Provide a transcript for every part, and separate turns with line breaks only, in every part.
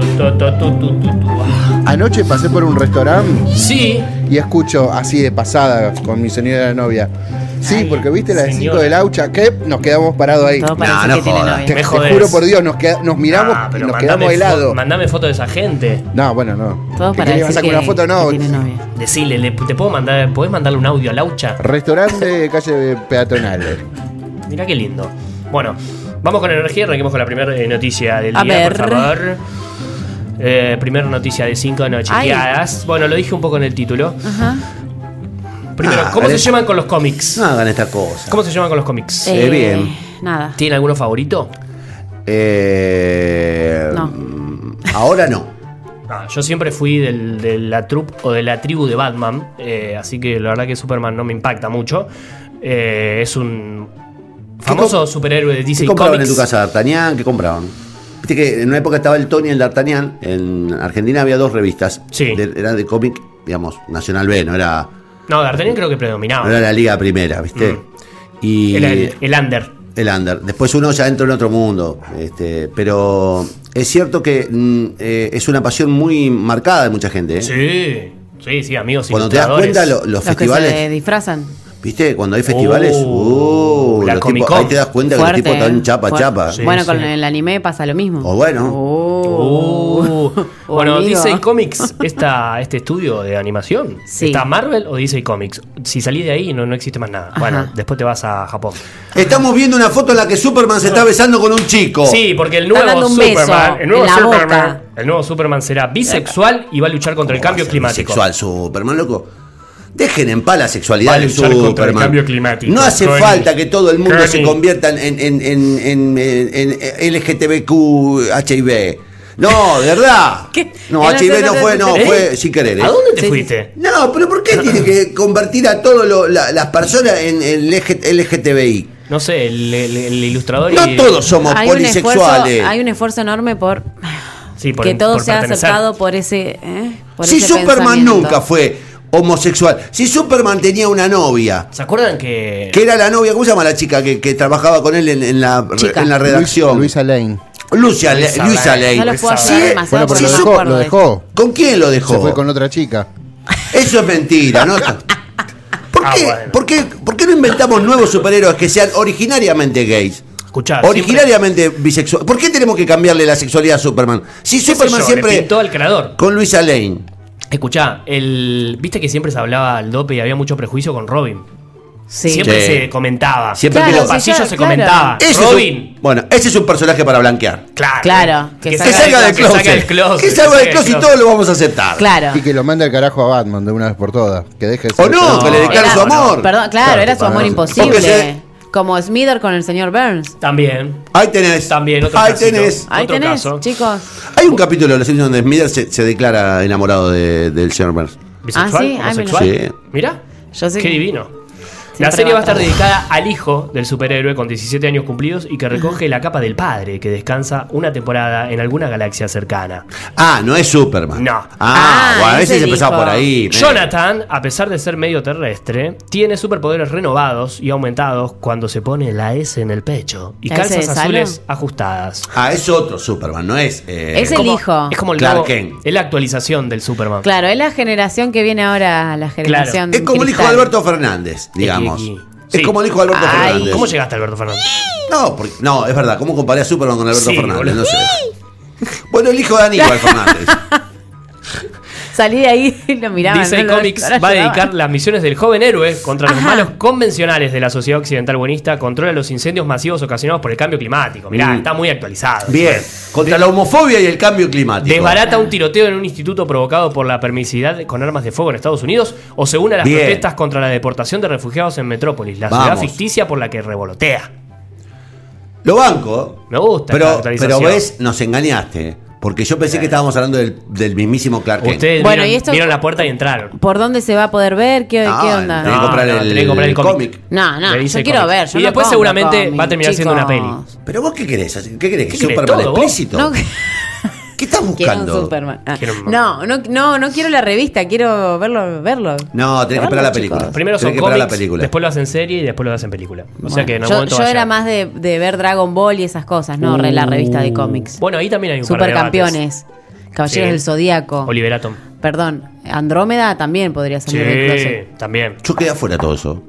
tu, tu, tu, tu. Ah.
Anoche pasé por un restaurante
Sí,
y escucho así de pasada con mi señora novia. Sí,
Ay,
porque viste la de 5
señora.
del Aucha, que nos quedamos parados ahí.
Todo
Te,
parece
no
que tienen
jodas.
hoy.
Me
te
jodés.
juro por Dios, nos, queda- nos miramos
Ah,
y
pero
nos
mandame,
quedamos
fo-
helados.
mandame foto de esa gente.
No, bueno, no.
Todo
¿Te
para
querés
decir
pasar
que,
con una foto?
que
No.
tiene novia.
Decile, le- te puedo mandar, podés mandarle un audio a Laucha.
Restaurante de calle peatonal.
Mirá qué lindo. Bueno, vamos con energía, arranquemos con la primera eh, noticia del
A
día,
ver.
por favor. Eh, primera noticia de 5 no chequeadas. Bueno, lo dije un poco en el título.
Ajá.
Primero,
Ah,
¿cómo se
dale.
llaman con los cómics?
No hagan esta cosa.
¿Cómo se llaman con los cómics?
Eh. bien.
Nada.
¿Tienen alguno favorito?
Eh,
No.
Ahora no.
Ah, yo siempre fui del- de la troupe o de la tribu de Batman, eh, así que la verdad que Superman no me impacta mucho. Eh, es un famoso
com-
superhéroe de
¿Qué
DC
compraban
Comics.
en tu casa, D'Artagnan? ¿Qué compraban? Viste que en una época estaba el Tony y el D'Artagnan. En Argentina había dos revistas.
Sí.
De- era de cómic, digamos, Nacional B, no era,
No, D'Artagnan creo que
no
predominaba.
era la Liga Primera, ¿viste? Y
Ah. Mm. Era el, el under.
El under. Después uno ya entra en otro mundo. Este, pero es cierto que mm, eh, es una pasión muy marcada de mucha gente. ¿eh?
Sí, sí, sí, amigos
Cuando te das
ilustradores.
cuenta, lo- los,
Los
festivales.
que se disfrazan.
¿Viste? Cuando hay festivales.
Oh,
uh,
la
los
Comic
tipos-
Con.
ahí te das cuenta
Fuerte,
que los tipos
¿eh?
están chapa
Fuerte.
chapa.
Sí.
bueno, con el anime pasa lo mismo.
O bueno.
Oh.
Oh. Uh. Bueno,
Amigo.
DC Comics, esta, este estudio de animación.
Sí.
¿Está Marvel o DC Comics? Si salís de ahí, no, no existe más nada. Bueno, después te vas a Japón.
Estamos viendo una foto en la que Superman se está besando con un chico.
Sí, porque el
Está
nuevo
dando un beso
Superman. El nuevo
en la
Superman.
boca.
El nuevo Superman será bisexual y va a luchar contra el
Oh,
cambio climático.
Sexual, Superman, loco. Dejen en paz la sexualidad
Va a
de
luchar
Superman.
contra el cambio climático.
No hace
Connie.
falta que todo el mundo se
Connie.
convierta en, en, en, en, en- en LGTBQ, HIV. No, de verdad.
¿Qué?
No,
En la
HIV no
serie-
fue, no,
¿Eh?
fue sin querer. ¿eh?
¿A dónde te
Sí, sí,
fuiste?
No, pero ¿por qué tiene que convertir a todas las personas en, en LG LGTBI?
No sé, el, el- el ilustrador y.
No todos somos
Hay un, esfuerzo,
polisexuales.
hay un esfuerzo enorme por
Sí, por-
que todo
por
sea
pertenecer.
aceptado por ese. ¿eh? Por
si
ese
Superman
pensamiento.
nunca fue homosexual, si Superman tenía una novia,
¿Se acuerdan que.?
que era la novia, ¿cómo se llama la chica que, que trabajaba con él en, en la,
Chica.
en la redacción?
Luis, Luisa Lane.
Luisa, Le-
Luisa
Luisa
Lane.
No
Lane.
lo puedo
Sí,
ayudar
Bueno,
demasiado
pero lo
porque
sí,
no me
dejó,
acuerdo
lo
de-
dejó.
¿Con quién lo
Se
dejó?
fue con otra chica.
Eso es mentira, ¿no? ¿Por
Ah,
qué,
bueno.
por qué- por qué no inventamos nuevos superhéroes que sean originariamente gays?
Escuchá, siempre-
Originariamente bisexual. ¿Por qué tenemos que cambiarle la sexualidad a Superman? Si
qué sé
Superman
yo, le
siempre
pintó al creador.
con Luisa Lane.
Escuchá, el, viste que siempre se hablaba al dope y había mucho prejuicio con Robin.
Sí.
Siempre
Sí.
se comentaba.
Siempre
en
Claro,
los
sí,
pasillos
claro,
se
claro.
comentaba.
Ese es un-
Robin.
bueno, ese es un personaje para blanquear.
Claro.
Claro, que
Que salga del closet.
Que salga del closet.
Que salga del closet y todos lo vamos a aceptar.
Claro.
Y que lo mande al carajo a Batman de una vez por todas. Que deje de
O no,
ser-
que le declare
Era-
su amor.
Perdón, claro, era su amor
no.
imposible.
Porque se-
Como Smither con el señor Burns.
También.
Ahí tenés.
También, otro
Ahí
casito.
tenés.
Ahí
Otro
tenés,
caso.
chicos.
Hay un capítulo de los Simpsons donde Smithers se, se declara enamorado de- del señor Burns.
¿Bisexual?
Ah, sí, ah,
homosexual.
mira. Sí.
Mirá.
Yo sé
Qué
que-
divino. la serie va a estar dedicada al hijo del superhéroe con 17 años cumplidos y que recoge la capa del padre que descansa una temporada en alguna galaxia cercana.
Ah, no es Superman.
No.
Ah,
Ah,
bueno, a
es
veces
el
se empezaba
hijo.
por ahí. ¿eh?
Jonathan, a pesar de ser medio terrestre, tiene superpoderes renovados y aumentados cuando se pone la S en el pecho y
¿La S de
calzas
Salo?
azules ajustadas.
Ah, es otro Superman, no es. eh,
Es el
¿cómo?
hijo.
Es como el
Clark
nuevo-
Kent.
es la actualización del Superman.
Claro, es la generación que viene ahora, la generación.
Es como el hijo de
cristal.
Alberto Fernández, digamos.
Equi, equi.
Es
Sí.
como el hijo de Alberto
Ay.
Fernández.
¿Cómo llegaste, Alberto Fernández?
No, porque- no, es verdad. ¿Cómo comparé a Superman con Alberto
Sí,
Fernández?
boludo.
No sé. Bueno, el hijo de Aníbal Fernández.
Salí de ahí y lo miraba.
DC Comics va a dedicar las misiones del joven héroe contra los malos convencionales de la sociedad occidental buenista, controla los incendios masivos ocasionados por el cambio climático. Mirá,
Mm.
está muy actualizado.
Bien. Contra la homofobia y el cambio climático.
Desbarata un tiroteo en un instituto provocado por la permisividad con armas de fuego en Estados Unidos o se une a las
Bien.
protestas contra la deportación de refugiados en Metrópolis, la ciudad
Vamos.
ficticia por la que revolotea.
Lo banco.
Me gusta esta
Pero,
actualización.
pero ves, nos engañaste. Porque yo pensé que estábamos hablando del, del mismísimo Clark Kent.
Ustedes
Bueno,
vieron,
y esto-
vieron la puerta y entraron.
¿Por dónde se va a poder ver? ¿Qué,
Ah, No,
qué
tenés que
onda?
no,
comprar
no,
el,
tenés que comprar el cómic.
cómic.
No, no,
Le
yo
dice
quiero
cómics.
ver. Yo
y
no
después
compro
seguramente
cómics,
va a terminar siendo una peli.
chicos.
Pero vos qué querés? ¿Qué querés?
¿Qué
¿Que
querés,
Superman
todo, vos?
explícito?
No,
¿Qué estás
quiero un
buscando?
Superman. Ah,
Quiero un-
No, no, no, no quiero la revista, quiero verlo, verlo.
No, tenés que esperar la
Chicos.
película.
Primero
Tenés
son
que esperar la
cómics,
película.
después lo hacen serie y después lo hacen película. O sea
Bueno,
que en algún
yo,
momento
yo
va a
era
llegar.
más de, de ver Dragon Ball y esas cosas, no re- la revista de cómics.
Uh, Bueno, ahí también hay un par de
Supercampeones.
debates.
Caballeros
Sí.
del Zodíaco.
Olivera Tom.
Perdón, Andrómeda también podría
Sí,
salir del closet.
también.
Yo quedé afuera de todo eso.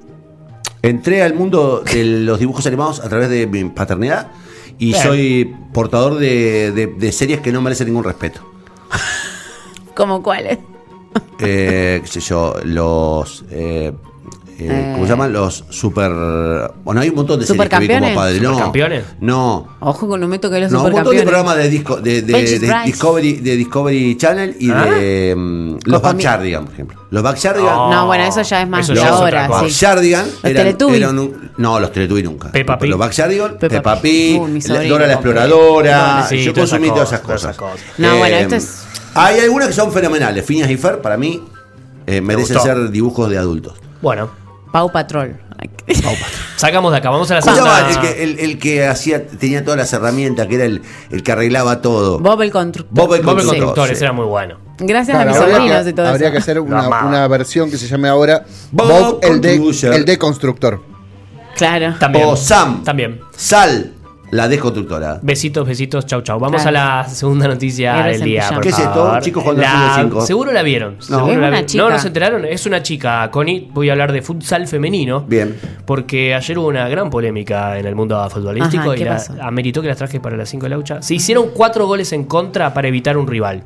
Entré al mundo de los dibujos animados a través de mi paternidad y
Bien.
soy portador de, de- de series que no merecen ningún respeto.
¿Cómo cuáles?
Eh, qué sé yo, los. eh, eh, ¿Cómo se llaman? Los super. Bueno, hay un montón de series que vi como
¿Supercampeones?
padre. No,
¿Supercampeones?
No,
Ojo con no me toque los
No, un montón de
supercampeones.
programas de, disco, de, de-
Benji's
de
Price.
Discovery, de Discovery Channel y
¿Ah?
de mm, los
Copa
Backyardigan, por ejemplo. Los Backyardigan.
No,
No, bueno, eso ya es más
eso
de
ya es otra
ahora,
Los
cosa.
sí.
Backyardigan
Los
eran-
Teletubbies.
eran un- no, los Teletubbies nunca.
Peppa Pig.
Los Backyardigan,
Peppa
Peppa
Pig.
Pig,
Uy, mi
la-
sobrino
Dora la
compró.
Exploradora.
Sí,
yo
todas esas
consumí todas
cosas,
esas
todas esas
cosas. Em,
cosas.
No, bueno, esto es-
Hay algunas que son fenomenales. Phineas y Fer, para mí, eh, merecen
gustó.
ser dibujos de adultos.
Ah,
Bueno,
Pau Patrol. Ay, qué-
sacamos de acá, vamos a la
¿Cómo se llama el
segunda.
que, el- el que hacía, tenía todas las herramientas, que era el, el que arreglaba todo?
Bob el Constructor.
Bob el
Bob el
Sí.
Constructor,
Sí.
ese era muy bueno.
Gracias
Claro,
a mis
habría
sobrinos
que-
y todo
Habría
eso.
que hacer una,
amaba.
una versión que se llame ahora
Bob
Bob, el, de,
Contribution.
el deconstructor.
Claro.
También.
O Sam.
También.
Sal, la desconstructora.
Besitos, besitos, chau, chau. Vamos
Claro.
a la segunda noticia
Héroes
del
en
día.
pijama.
por
¿Qué es esto?
favor.
Chicos jugando al
La-
fútbol cinco.
Seguro la vieron. seguro
Es
la
una
vi-
chica.
No, no se enteraron. Es una chica, Connie. Voy a hablar de futsal femenino.
Bien.
Porque ayer hubo una gran polémica en el mundo futbolístico
Ajá,
y
¿qué
la,
pasó?
ameritó que las traje para las 5 de la ucha. Se hicieron cuatro goles en contra para evitar un rival.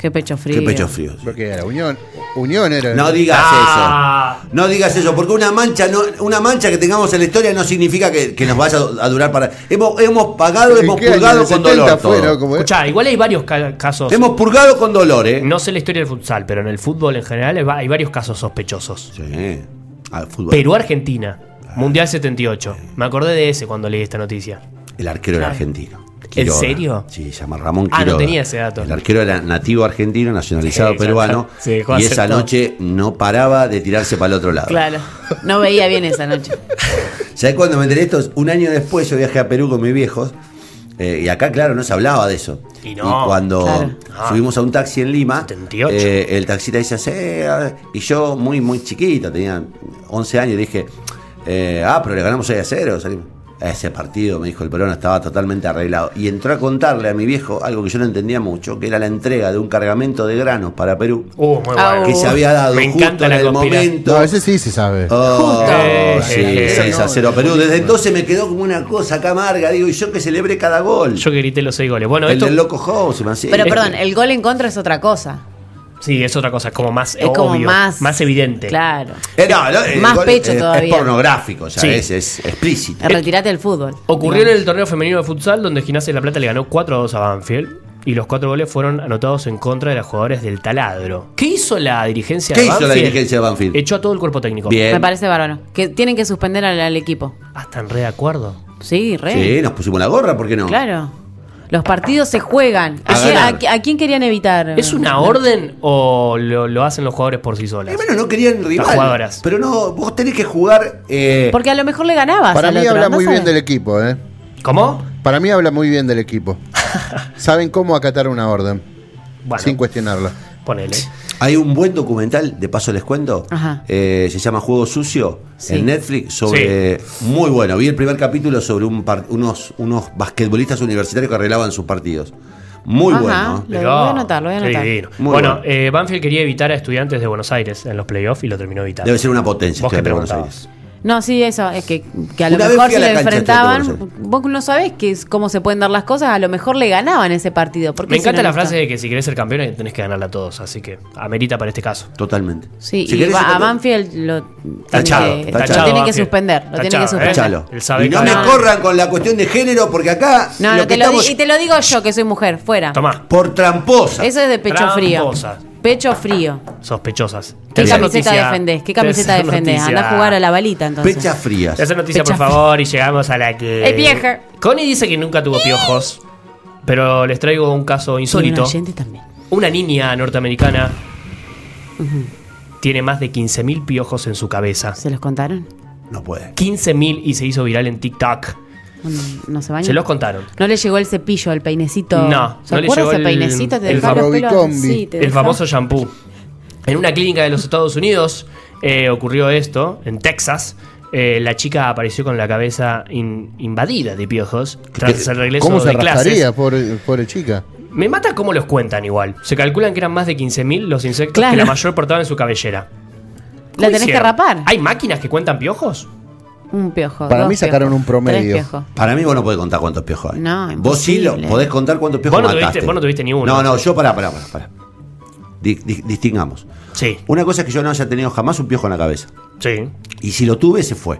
Qué pecho frío.
Qué pecho frío.
Porque era Unión. Unión era.
No digas
Ah.
eso. No digas eso, porque una mancha no, una mancha que tengamos en la historia no significa que, que nos vaya a durar para. Hemos, hemos pagado,
¿En
hemos
qué año? En
purgado
el
con
70
dolor.
fue,
todo.
¿no? Como-
Escuchá, igual hay varios ca- casos.
Hemos purgado con dolor, ¿eh?
No sé la historia del futsal, pero en el fútbol en general hay va- hay varios casos sospechosos.
Sí. Al fútbol.
Perú-Argentina, Mundial 78. Me acordé de ese cuando leí esta noticia.
El arquero era argentino.
serio?
Sí, se llama Ramón
Ah, no
Quiroga.
tenía ese dato.
El arquero era nativo argentino, nacionalizado
Sí, ya
peruano.
está. Sí, dejó de
y
hacer
esa
todo.
noche no paraba de tirarse para el otro lado.
Claro. No veía bien esa noche.
¿Sabes cuándo me enteré esto? Un año después yo viajé a Perú con mis viejos. eh, y acá, claro, no se hablaba de eso.
Y no,
cuando
claro.
Ah.
subimos a un taxi en Lima,
78.
eh, el taxista dice, "Sí, a ver". y yo muy, muy chiquito, tenía 11 años, dije, eh, ah, pero le ganamos 6 a 0. salimos". Ese partido, me dijo el peruano, estaba totalmente arreglado. Y entró a contarle a mi viejo algo que yo no entendía mucho, que era la entrega de un cargamento de granos para Perú,
Uh, muy
Au.
bueno.
que se había dado
Me
justo
encanta
en
la
el
conspira-
momento.
No, ese sí se sabe.
Oh,
Justo.
sí,
Eh,
seis
no,
a cero
no,
Perú.
no,
Desde
no.
entonces me quedó como una cosa acá amarga. Digo, y yo que celebré cada gol.
Yo que grité los seis goles. Bueno,
el
esto.
del loco House, man, sí.
Pero perdón, el gol en contra es otra cosa.
Sí, es otra cosa, es como más
Es como
obvio,
más.
evidente.
Claro.
Eh, no, no, el
Más
gol
pecho
es-
todavía.
Es pornográfico, ya
Sí.
es, es explícito.
Retirate del fútbol.
Eh, Ocurrió en el torneo femenino de futsal, donde Gimnasia de la Plata le ganó 4 a 2 a Banfield. Y los cuatro goles fueron anotados en contra de los jugadores del taladro. ¿Qué hizo la dirigencia
¿Qué
de
hizo la
Banfield?
dirigencia de Banfield?
Echó a todo el cuerpo técnico.
Bien.
Me parece bárbaro. Que tienen que suspender al, al equipo.
Hasta en re de acuerdo.
Sí, re.
Sí, nos pusimos la gorra, ¿por qué no?
Claro. Los partidos se juegan.
Mm. A
¿A, quién-
ganar.
a- a quién querían evitar?
¿Es una orden o lo, lo hacen los jugadores por sí solas?
Eh, bueno, no querían rival.
jugadoras.
Pero no, vos tenés que jugar. eh,
Porque a lo mejor le ganabas.
Para
al
mí
otro,
habla
andá
muy
a
bien
saber.
del equipo, ¿eh?
¿Cómo?
Para mí habla muy bien del equipo. Saben cómo acatar una orden,
Bueno,
sin cuestionarla.
ponele.
Hay un buen documental, de paso les cuento,
Ajá.
eh, se llama Juego Sucio
Sí.
en Netflix, sobre muy bueno. Vi el primer capítulo sobre un par- unos, unos basquetbolistas universitarios que arreglaban sus partidos. Muy
Ajá.
bueno.
Lo voy a anotar, lo voy a
Qué
anotar.
divino.
Muy
Bueno,
bueno.
eh, Banfield quería evitar a estudiantes de Buenos Aires en los playoffs y lo terminó evitando.
Debe ser una potencia.
Vos que
estudiante de Buenos
preguntabas.
Aires.
No, sí, eso. Es que, que a lo
Una vez
mejor
fui
si lo
a la cancha, te
enfrentaban,
tengo que
vos no sabés que es- cómo se pueden dar las cosas. A lo mejor le ganaban ese partido. Porque
Me
si no,
encanta
no
la
está.
frase de que si querés ser campeón tenés que ganarla a todos, así que amerita para este caso.
Totalmente.
Sí,
Si
y
querés,
va-
yo
a
te-
Banfield lo tienen
Tachado,
que,
tachado,
lo tienen que
Banfield.
suspender. Lo tienen
Tachado,
que
¿eh?
suspender.
Tachalo.
Él sabe
Y no
que-
me
No.
corran con la cuestión de género, porque acá
No, no,
lo que
te lo di-
estamos
y te lo digo yo, que soy mujer, fuera.
eh. Tomá,
por tramposa.
Eso es de pecho frío.
Tramposas.
Pecho frío.
sospechosas.
¿Qué
Tercer
camiseta
noticia.
defendés? ¿Qué camiseta
Tercer
defendés?
noticia.
Anda a jugar a la balita entonces.
Pechas frías.
Tercer noticia, por
Pecha-
favor, y llegamos a la que.
Es vieja.
Connie dice que nunca tuvo piojos, pero les traigo un caso insólito.
Tiene un oyente también.
Una niña norteamericana tiene más de 15.000 piojos en su cabeza.
¿Se los contaron?
No puede.
15.000 y se hizo viral en TikTok.
No, no se bañan.
Se los contaron.
¿No le llegó el cepillo, el peinecito?
No,
¿Se
no le
acuerda
llegó
ese
el-
peinecito? Te
el
dejaba los pelos
Fabrovicombi.
así, te
El
dejaba-
famoso shampoo. En una clínica de los Estados Unidos eh, ocurrió esto, en Texas. Eh, la chica apareció con la cabeza in- invadida de piojos tras el regreso
¿Cómo se
de clases.
arrastraría, pobre, pobre chica?
Me mata cómo los cuentan igual. Se calculan que eran más de 15.000 los insectos
Claro.
que la mayor portaba en su cabellera.
La tenés
hicieron?
que rapar.
¿Hay máquinas que cuentan piojos?
Un piojo.
Para
dos
mí sacaron
piojos,
un promedio.
Tres piojos. Ah,
Para mí vos no podés contar cuántos piojos hay.
No,
Vos sí lo
imposible.
podés contar cuántos piojos
Vos no tuviste-
mataste.
vos no tuviste ni uno.
No, no, yo pará, pará, pará. pará. Di- di- distingamos.
Sí,
Una cosa es que yo no haya tenido jamás un piojo en la cabeza.
sí.
Y si lo tuve, se fue.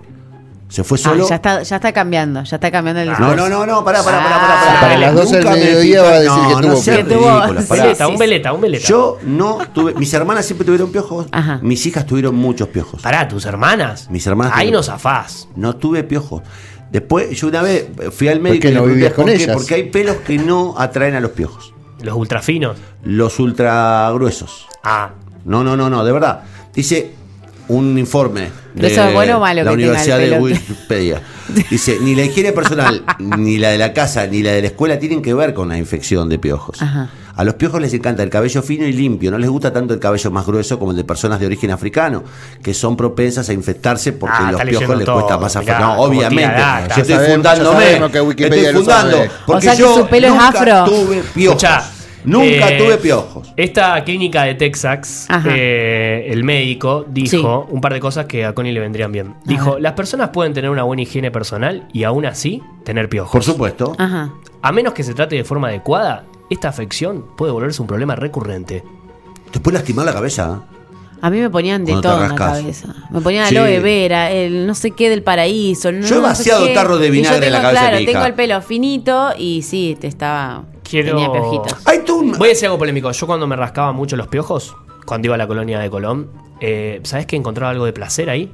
Se fue
Ah,
solo.
ya está, ya está cambiando, ya está cambiando el
Ah.
No,
discurso.
no, no, no, pará, pará, pará,
Ah.
pará. pará.
Para las
12 del
Nunca me
mediodía
pica-
va a decir que
no,
tuvo
No seas
Que tuvo-
ridículo, pará.
Sí,
Veleta,
sí,
un
sí.
veleta, un veleta.
Yo no tuve. Mis hermanas siempre tuvieron piojos.
Ajá.
Mis hijas tuvieron muchos piojos.
Pará, tus hermanas.
Mis hermanas
Ahí
tienen-
no zafás.
No tuve piojos. Después, yo una vez fui al médico
qué
y le
no
pregunté
vivías con
por qué,
ellas?
porque hay pelos que no atraen a los piojos.
Los ultrafinos.
Los ultra gruesos.
Ah.
No, no, no, no, de verdad. Dice un informe
¿Pero
de
eso es bueno o malo
la
que tenga el
Universidad de
pelo?
Wikipedia. Dice, ni la higiene personal, ni la de la casa, ni la de la escuela tienen que ver con la infección de piojos.
Ajá.
A los piojos les encanta el cabello fino y limpio, no les gusta tanto el cabello más grueso como el de personas de origen africano, que son propensas a infectarse porque
Ah,
los
está
piojos
leyendo
les
todo,
cuesta más
mirá,
afectar.
como
obviamente,
tira data.
Ya
yo estoy
sabemos, ya
fundándome,
sabemos que Wikipedia
estoy
lo
fundando,
sabe.
porque
O sea que
yo
su pelo es
nunca
afro.
tuve piojos.
Escuchá,
nunca
eh,
tuve piojos.
Esta clínica de Texas,
Ajá.
eh, el médico dijo un par de cosas que a Connie le vendrían bien. Dijo, las personas pueden tener una buena higiene personal y aún así tener piojos.
Por supuesto.
Ajá.
A menos que se trate de forma adecuada, esta afección puede volverse un problema recurrente.
Te puede lastimar la cabeza. ¿eh?
A mí me ponían de
Cuando te
todo en la
rascas.
cabeza. Me ponían
Sí.
aloe vera, el no sé qué del paraíso. el no
Yo he
no sé
vaciado
qué.
tarros de
Y yo
vinagre en la
tengo-
cabeza de
Claro,
mi hija.
tengo el pelo finito y sí, te estaba.
Quiero-
Tenía piojitos.
Hay tú un-
Voy a decir algo polémico. Yo cuando me rascaba mucho los piojos, cuando iba a la colonia de Colón, eh, ¿sabes que encontraba algo de placer ahí?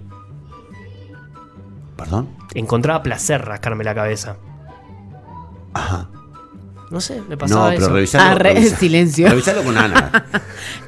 Perdón.
Encontraba placer rascarme la cabeza.
Ajá.
No sé, me
No,
pasaba
pero
eso.
revisalo.
Ah, re-
revisa-
silencio.
Revisalo con Ana.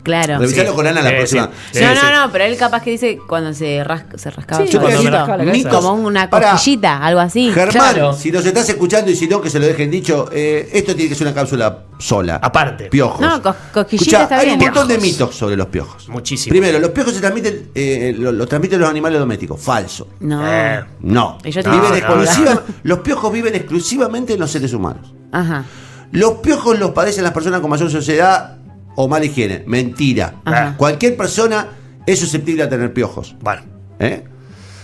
Claro.
revisalo con Ana la
Sí,
próxima.
sí,
no,
sí.
no, no, pero él capaz que dice cuando se, rasca, se rascaba
Sí,
el
yo cuando me
cabellito.
rascaba la cabeza.
Como una
Pará.
cosquillita, algo así.
Germán,
Claro.
si nos estás escuchando y si no, que se lo dejen dicho, eh, esto tiene que ser una cápsula sola.
Aparte.
Piojos.
No, cos- cosquillita
Escuchá,
está
hay
bien.
un montón de
Piojos.
mitos sobre los piojos.
Muchísimo.
Primero, los piojos se transmiten, eh, lo, lo transmiten los animales domésticos. Falso.
No.
Eh,
No.
Y yo te-
Viven
No, no,
exclusiva- Los piojos viven exclusivamente en los seres humanos.
Ajá.
Los piojos los padecen las personas con mayor sociedad o mala higiene. Mentira.
Ajá.
Cualquier persona es susceptible a tener piojos.
Bueno.
¿eh?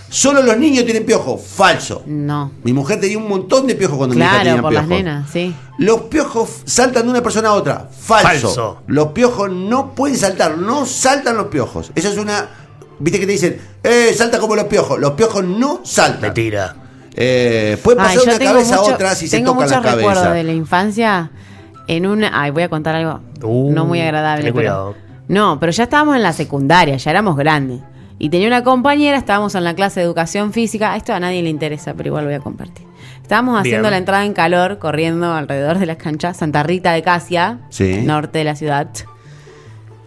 Solo los niños tienen piojos. Falso.
No.
Mi mujer tenía un montón de piojos cuando mi hija
Claro,
tenía
por las
piojos.
nenas, sí.
Los piojos saltan de una persona a otra. Falso.
Falso.
Los piojos no pueden saltar. No saltan los piojos. Esa es una... Viste que te dicen, eh, salta como los piojos. Los piojos no saltan.
Mentira.
Eh, puede pasar
Ay,
de
yo
una
tengo
cabeza
mucho-
a otra si se
tengo
tocan la
muchos recuerdos
cabeza.
de la infancia en una. Ay, voy a contar algo
Uh,
no muy agradable.
ten
pero-
cuidado.
no, pero ya estábamos en la secundaria, ya éramos grandes. Y tenía una compañera, estábamos en la clase de educación física. Esto a nadie le interesa, pero igual lo voy a compartir. Estábamos haciendo
Bien.
la entrada en calor, corriendo alrededor de las canchas, Santa Rita de Casia,
Sí.
norte de la ciudad.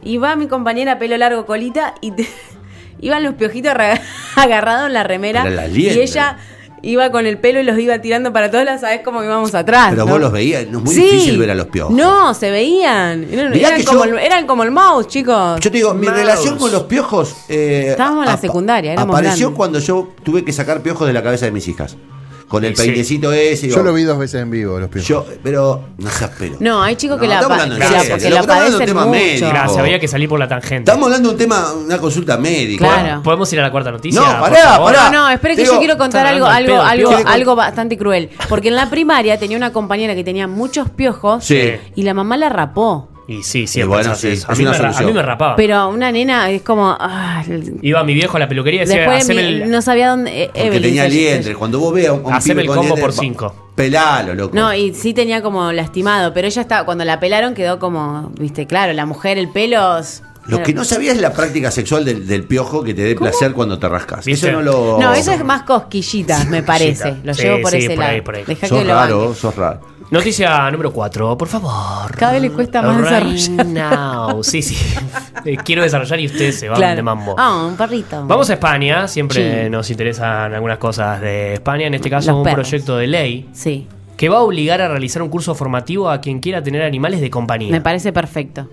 Y va mi compañera, pelo largo, colita, y te- iban los piojitos re- agarrados en la remera.
Era la
y
liendra.
ella iba con el pelo y los iba tirando para todos lados, ¿sabes cómo íbamos atrás?
Pero
Ah, ¿no?
vos los veías, no es muy
Sí.
difícil ver a los piojos.
No, se veían. Eran,
Mirá
eran
que
como,
yo-
el, eran como el mouse, chicos.
Yo te digo, mi
Mouse.
relación con los piojos. eh,
Estábamos en la
apa-
secundaria, éramos
Apareció
grandes.
cuando yo tuve que sacar piojos de la cabeza de mis hijas. Con el
Sí.
peinecito ese.
Yo lo vi dos veces en vivo, los piojos.
Yo, pero no seas pelo.
No, hay chicos que la
estamos
pa-
hablando en
que la-
serio,
que
loco,
la
estamos hablando de
padecen
un tema
mucho.
médico.
Gracias, había que salir por la tangente.
Estamos hablando de un tema, una consulta médica.
Claro.
¿Podemos ir a la cuarta noticia?
No,
por
pará,
favor?
pará.
No, no, espere que
Digo,
yo quiero contar
está
algo,
hablando
algo,
al pedo,
algo,
piojo.
algo bastante cruel. Porque en la primaria tenía una compañera que tenía muchos piojos
Sí.
y la mamá la rapó.
Y sí, siempre
bueno,
se hace
sí,
eso. A,
es
mí
una
me ra- a
solución.
mí me rapaba.
Pero una nena es como. ah,
Iba mi viejo a la peluquería y decía,
después
haceme
mi-
el...
no sabía dónde. eh,
Porque
Evelyn,
tenía
se- se-
liendre. Cuando vos veas un, un
Haceme
pibe
el
con
combo
liendre,
por
pa-
cinco.
Pelalo, loco.
No, y sí tenía como lastimado, pero ella estaba, cuando la pelaron quedó como, viste, claro, la mujer, el pelo. s-
Lo que no sabía es la práctica sexual del, del piojo que te dé placer cuando te rascas.
¿Viste?
Eso no lo.
No, eso es más cosquillitas, me parece. Lo
Sí,
llevo por
sí,
ese
por
lado.
ahí, por ahí.
Dejá
Sos
que lo
raro,
banque.
sos raro.
Noticia número 4, por favor.
Cada vez le cuesta más desarrollar.
now. Sí, sí. Eh, Quiero desarrollar y ustedes se van
Claro.
de mambo.
Ah, un perrito.
Vamos a España, siempre
Sí.
nos interesan algunas cosas de España, en este caso
Los
un
perros.
proyecto de ley
Sí,
que va a obligar a realizar un curso formativo a quien quiera tener animales de compañía.
me parece perfecto.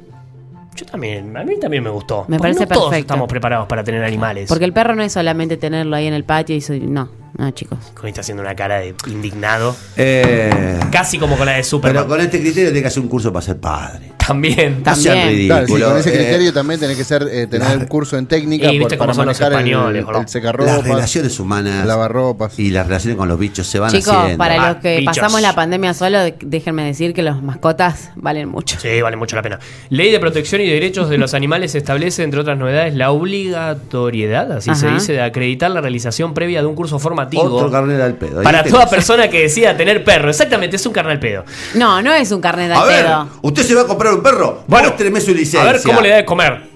Yo también, a mí también me gustó.
Me
Porque
parece
no todos
perfecto.
estamos preparados para tener animales.
Porque el perro no es solamente tenerlo ahí en el patio y soy, no. No, chicos.
Con está haciendo una cara de indignado.
Eh,
Casi como con la de Superman.
pero con este criterio tiene que hacer un curso para ser padre.
También.
No sean
También.
Claro, sí,
ridículos.
con ese
eh,
criterio también tenés que ser, eh, tener un curso en técnica
Y viste
por-
cómo
para
son los
manejar el-
españoles,
el,
boludo.
secarropas,
las relaciones humanas
lavarropas.
y las relaciones con los bichos se van
Chicos,
haciendo.
para
Ah,
los que
bichos.
pasamos la pandemia solo, de- déjenme decir que los mascotas valen mucho.
Sí, vale mucho la pena. Ley de Protección y Derechos de los Animales establece, entre otras novedades, la obligatoriedad, así se
Ajá.
dice, de acreditar la realización previa de un curso
Otro
formativo
carnero al pedo. Este Ahí
para
tenés.
toda persona que decida tener perro. Exactamente, es un carnal pedo.
No, no es un carnet de
A ver,
pedo.
usted se va a comprar un perro. Bueno, Muéstreme su licencia.
A ver cómo le da de comer.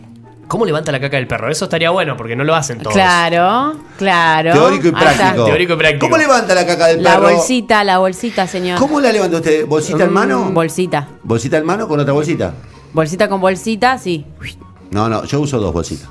¿Cómo levanta la caca del perro? Eso estaría bueno porque no lo hacen todos.
Claro, claro.
Teórico y
Ahí está.
práctico.
Teórico y práctico.
¿Cómo levanta la caca del
La
perro?
bolsita, la bolsita, señor.
¿Cómo la levanta usted? ¿Bolsita en
Mm,
mano?
Bolsita.
¿Bolsita en mano con otra bolsita?
Bolsita con bolsita, sí.
No, no, yo uso dos bolsitas.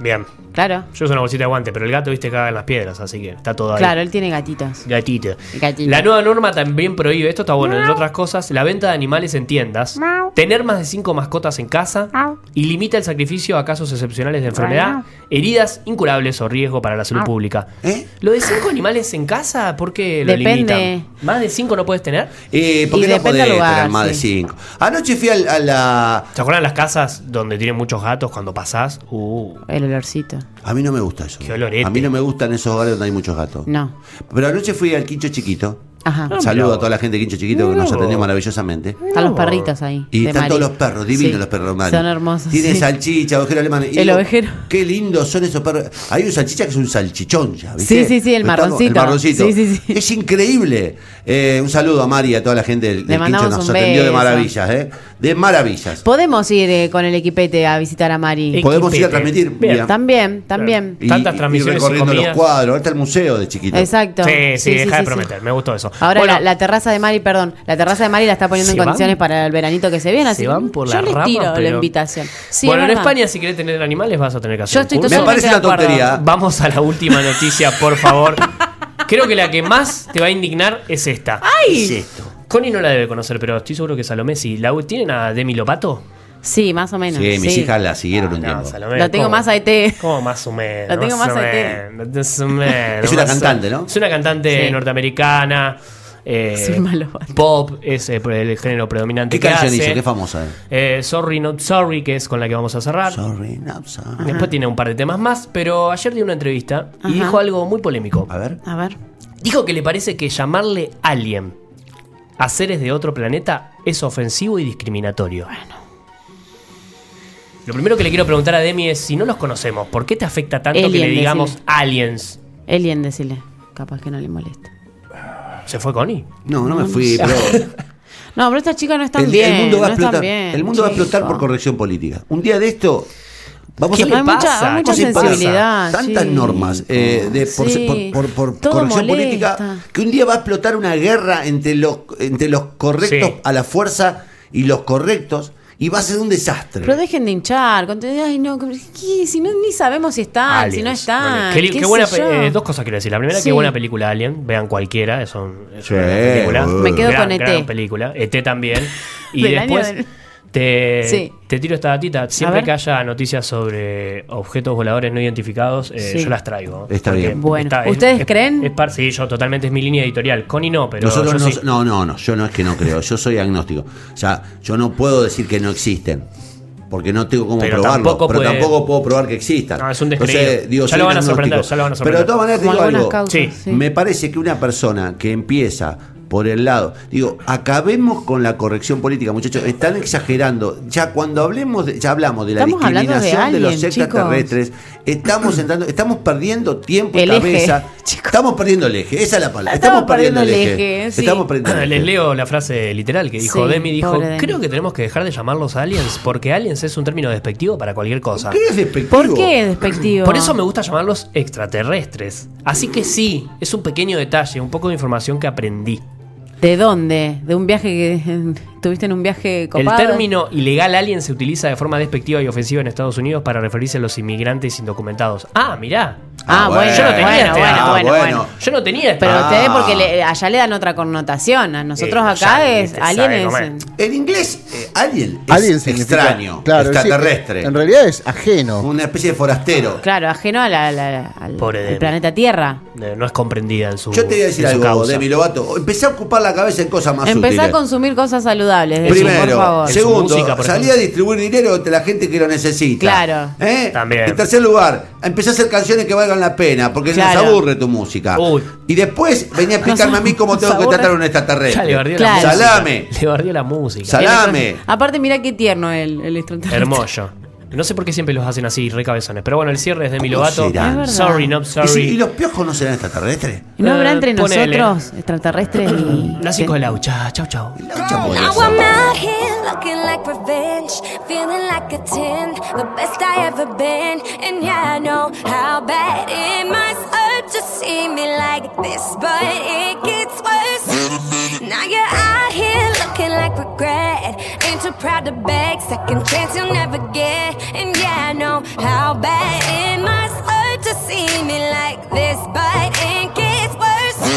Bien.
Claro.
Yo uso una bolsita de guante, pero el gato, viste, caga en las piedras, así que está todo ahí.
Claro, él tiene gatitos.
Gatito.
Gatito.
La nueva norma también prohíbe, esto está bueno, entre otras cosas, la venta de animales en tiendas, tener más de cinco mascotas en casa y limita el sacrificio a casos excepcionales de enfermedad, heridas incurables o riesgo para la salud pública.
¿Eh?
¿Lo de cinco animales en casa? ¿Por qué lo
Depende.
limitan? ¿Más de cinco no puedes tener?
Eh, ¿Por
Y
qué no
depende
podés
del lugar,
tener más de
sí.
cinco? Anoche fui al- a la...
¿Se acuerdan las casas donde tienen muchos gatos cuando pasás? Uh,
El olorcito.
A mí no me gusta eso.
Qué olorete.
A mí no me gustan esos hogares donde hay muchos gatos.
No.
Pero anoche fui al Quincho Chiquito.
Ajá.
Ah, mirá
Saludo
vos.
a toda la gente de Quincho Chiquito que
Mirá
nos atendió
vos.
maravillosamente.
Están los perritos ahí.
Y
de
están
Mari.
todos los perros, divinos
Sí.
los perros Mari.
Son hermosos.
Tiene
sí.
salchicha, ovejero alemán. Y
El ovejero.
Qué lindos son esos perros. Hay un salchicha que es un salchichón ya,
Sí,
¿viste?
sí, sí, el
Lo estamos-
marroncito.
El marroncito.
Sí, sí, sí.
Es increíble. Eh, un saludo a Mari y a toda la gente del, del Quincho.
mandamos
Nos
un
atendió de
beso.
maravillas, ¿eh? De maravillas.
Podemos ir eh, con el equipete a visitar a Mari.
Equipete.
Podemos ir a transmitir.
Bien.
mira.
También, también.
Y-
Tantas
y-
transmisiones y
Y recorriendo los
comidas.
cuadros. Ahora está el museo de Chiquito.
Exacto.
Sí, sí, deja de prometer, me gustó eso.
Ahora
Bueno.
la, la terraza de Mari, perdón, la terraza de Mari la está poniendo
Se
en
van-
condiciones para el veranito que se viene, así
Se
que
van por
yo
la
les
rama,
tiro la
pero-
invitación. Sí,
bueno,
es
en
verdad.
España si querés tener animales vas a tener que hacer
Yo
un
estoy
curso.
Me
totalmente
parece
de
una
acuerdo.
tontería.
Vamos a la última noticia, por favor. Creo que la que más te va a indignar es esta.
¿Qué es esto?
Connie no la debe conocer, pero estoy seguro que Salomé sí. ¿La ¿Tienen a Demi Lopato?
Sí, más o menos.
Sí, mis
sí. Ah,
hijas la siguieron un tiempo.
Salomé.
Lo tengo
¿cómo?
más a ET.
¿Cómo más o menos?
Lo tengo más
o
a E ET.
menos, más o menos,
Es una
más o-
cantante, ¿no?
Es una cantante
Sí.
norteamericana. eh,
Es un malo vato.
pop es eh, el género predominante.
¿Qué
que
canción
hace.
hizo? ¿Qué famosa es?
Eh, sorry, not sorry, que es con la que vamos a
Ah.
cerrar.
Sorry, not sorry.
Después tiene un par de temas más, pero ayer dio una entrevista y
Ajá.
dijo algo muy polémico.
A ver.
A ver.
Dijo que le parece que llamarle alien a seres de otro planeta es ofensivo y discriminatorio. Lo primero que le quiero preguntar a Demi es si no los conocemos, ¿por qué te afecta tanto que
Alien,
le digamos
decile.
aliens?
Elien, decirle. Capaz que no le molesta.
¿Se fue Connie?
No, no me fui, pero
No, pero estas chicas no están
el,
bien.
el mundo va a
no están
explotar.
bien,
el mundo va a explotar
chico.
por corrección política. Un día de esto vamos
¿Qué
a
le
Hay mucha,
pasa?
hay mucha
¿Qué
se pasa?
sensibilidad.
Tantas
sí.
normas eh, de, por,
Sí.
por- por- por
Todo
corrección
molesta.
política que un día va a explotar una guerra entre los, entre los correctos
Sí.
a la fuerza y los correctos y va a ser un desastre.
Pero dejen de hinchar. con- Ay, no, ¿qué? si no, ni sabemos si están, Ah, si no
Aliens,
están.
Alien. Qué, li-
qué
qué buena
sé
pe-
yo.
eh, dos cosas quiero decir. La primera,
Sí.
qué buena película Alien. Vean cualquiera, es, un- es
Sí,
una gran película.
boludo.
Me quedo
Gran-
con ET.
gran película. ET también. Y
Del año
después
del-
te,
Sí.
te tiro esta datita. Siempre
ver.
que haya noticias sobre objetos voladores no identificados, eh,
Sí.
yo las traigo.
Está
Porque
bien.
Bueno, ¿ustedes
es-
creen?
es par- sí, yo totalmente es mi línea editorial. Connie no, pero
Nosotros
yo
no,
sí.
no, no, no, yo no es que no creo, yo soy agnóstico. O sea, yo no puedo decir que no existen, porque no tengo cómo
Pero
probarlo,
tampoco
pero
puede-
tampoco puedo probar que existan.
No, es un descreído. Ya
soy
lo van a
agnóstico.
sorprender, ya lo van a
Pero de
sorprender.
todas maneras te
Como
digo
algunas
algo,
causas.
Sí.
sí.
me parece que una persona que empieza por el lado, digo, acabemos con la corrección política, muchachos, están exagerando. Ya cuando hablemos, de- ya hablamos de la
Estamos hablando de
discriminación de, los
aliens,
extraterrestres, estamos entrando, estamos perdiendo tiempo y
El eje,
cabeza.
chicos.
Estamos perdiendo el eje, esa es la palabra. Estamos,
Estamos
perdiendo,
perdiendo
el
el
eje.
eje, sí.
Estamos perdiendo el eje.
Ah, Les leo la frase literal que dijo
Sí,
Demi. Dijo,
pobre Demi.
creo que tenemos que dejar de llamarlos aliens porque aliens es un término despectivo para cualquier cosa.
¿Qué es despectivo?
¿Por qué es despectivo?
Por eso me gusta llamarlos extraterrestres. Así que sí, es un pequeño detalle, un poco de información que aprendí.
¿De dónde? ¿De un viaje que tuviste en un viaje copado?
El término ilegal alien se utiliza de forma despectiva y ofensiva en Estados Unidos para referirse a los inmigrantes indocumentados. Ah, mirá.
Ah, bueno,
yo no tenía
bueno,
este dato.
bueno, bueno,
Ah,
bueno.
Yo no tenía este
Pero
dato.
ustedes porque le- eh, allá le dan otra connotación. A nosotros
Eh,
acá
ya,
es
viste,
alien
sabe
es
comer.
en-
En inglés, eh, alien es
Alien significa-
extraño,
claro, es decir,
extraterrestre,
en realidad es ajeno.
una especie de forastero.
claro, ajeno a la- la- la- al,
Pobre
al
Demi.
planeta Tierra.
eh, no es comprendida en su
Yo te voy a decir
en su
algo,
causa.
Demi Lovato. Empecé a ocupar la cabeza en cosas más
Empezá a
útiles.
consumir cosas saludables, Debbie, por
Primero,
favor.
En Se- su
segundo,
música, por
salí a
ejemplo.
distribuir dinero entre la gente que lo necesita.
Claro.
¿Eh?
También.
En tercer lugar, empecé a hacer canciones que valgan la pena, porque
Claro.
nos aburre tu música.
Uy.
Y después venía a explicarme a mí cómo
Nos
tengo que
aburre.
tratar a
Ya
un
le
extraterrestre.
bardió
Claro.
la música.
Salame.
Le bardió la música.
Salame.
Aparte, mira qué tierno el, el extraterrestre.
Hermoso. No sé por qué siempre los hacen así, recabezones. Pero bueno, el cierre es de Demi
¿Cómo
Lovato.
será? Es
verdad.
Sorry, not
¿Y, si-
sorry.
y los piojos no serán extraterrestres?
¿No habrá
Eh,
entre
ponele.
nosotros extraterrestres y...
Nací con el aucha. Chau, chau.
Mucha
Now
pobreza.
I'm out here looking like revenge, feeling like a 10, the best I ever been. And yeah, I know how bad it must hurt to see me like this, but it gets worse. Now you're out here looking like regret, ain't too proud to beg, second chance you'll never get. And yeah, I know how bad it must hurt to see me like this, but it gets worse.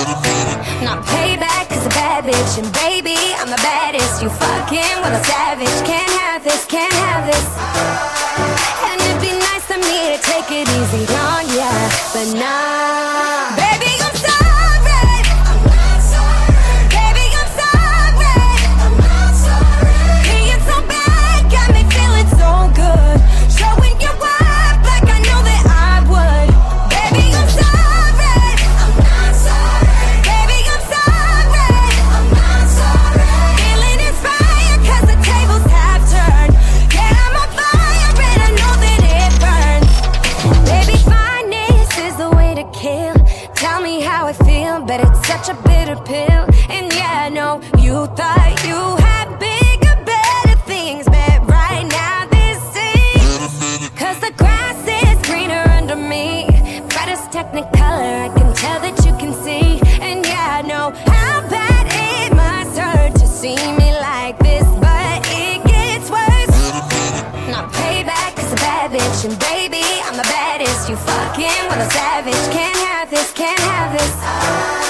Not payback is a bad bitch And baby, I'm the baddest You fucking with a savage Can't have this, can't have this And it'd be nice of me to take it easy on ya But nah Baby, I'm sorry I'm not sorry Baby, I'm sorry I'm not sorry Being so bad got me feeling so good Showing you up like I know that I would Baby, I'm sorry I'm not sorry Baby, I'm sorry I'm not sorry Feeling inspired cause the tables have turned Yeah, I'm on fire and I know that it burns Baby, finance is the way to kill Tell me how I feel, but it's such a bitter pill And yeah, I know you thought you had bigger, better things But right now this is Cause the grass is greener under me. Brightest technicolor, I can tell that you can see. And yeah, I know how bad it must hurt to see me like this, but it gets worse. Not payback is a bad bitch, and baby, I'm the baddest. You fucking with a savage. Can't have this, can't have this. Ah,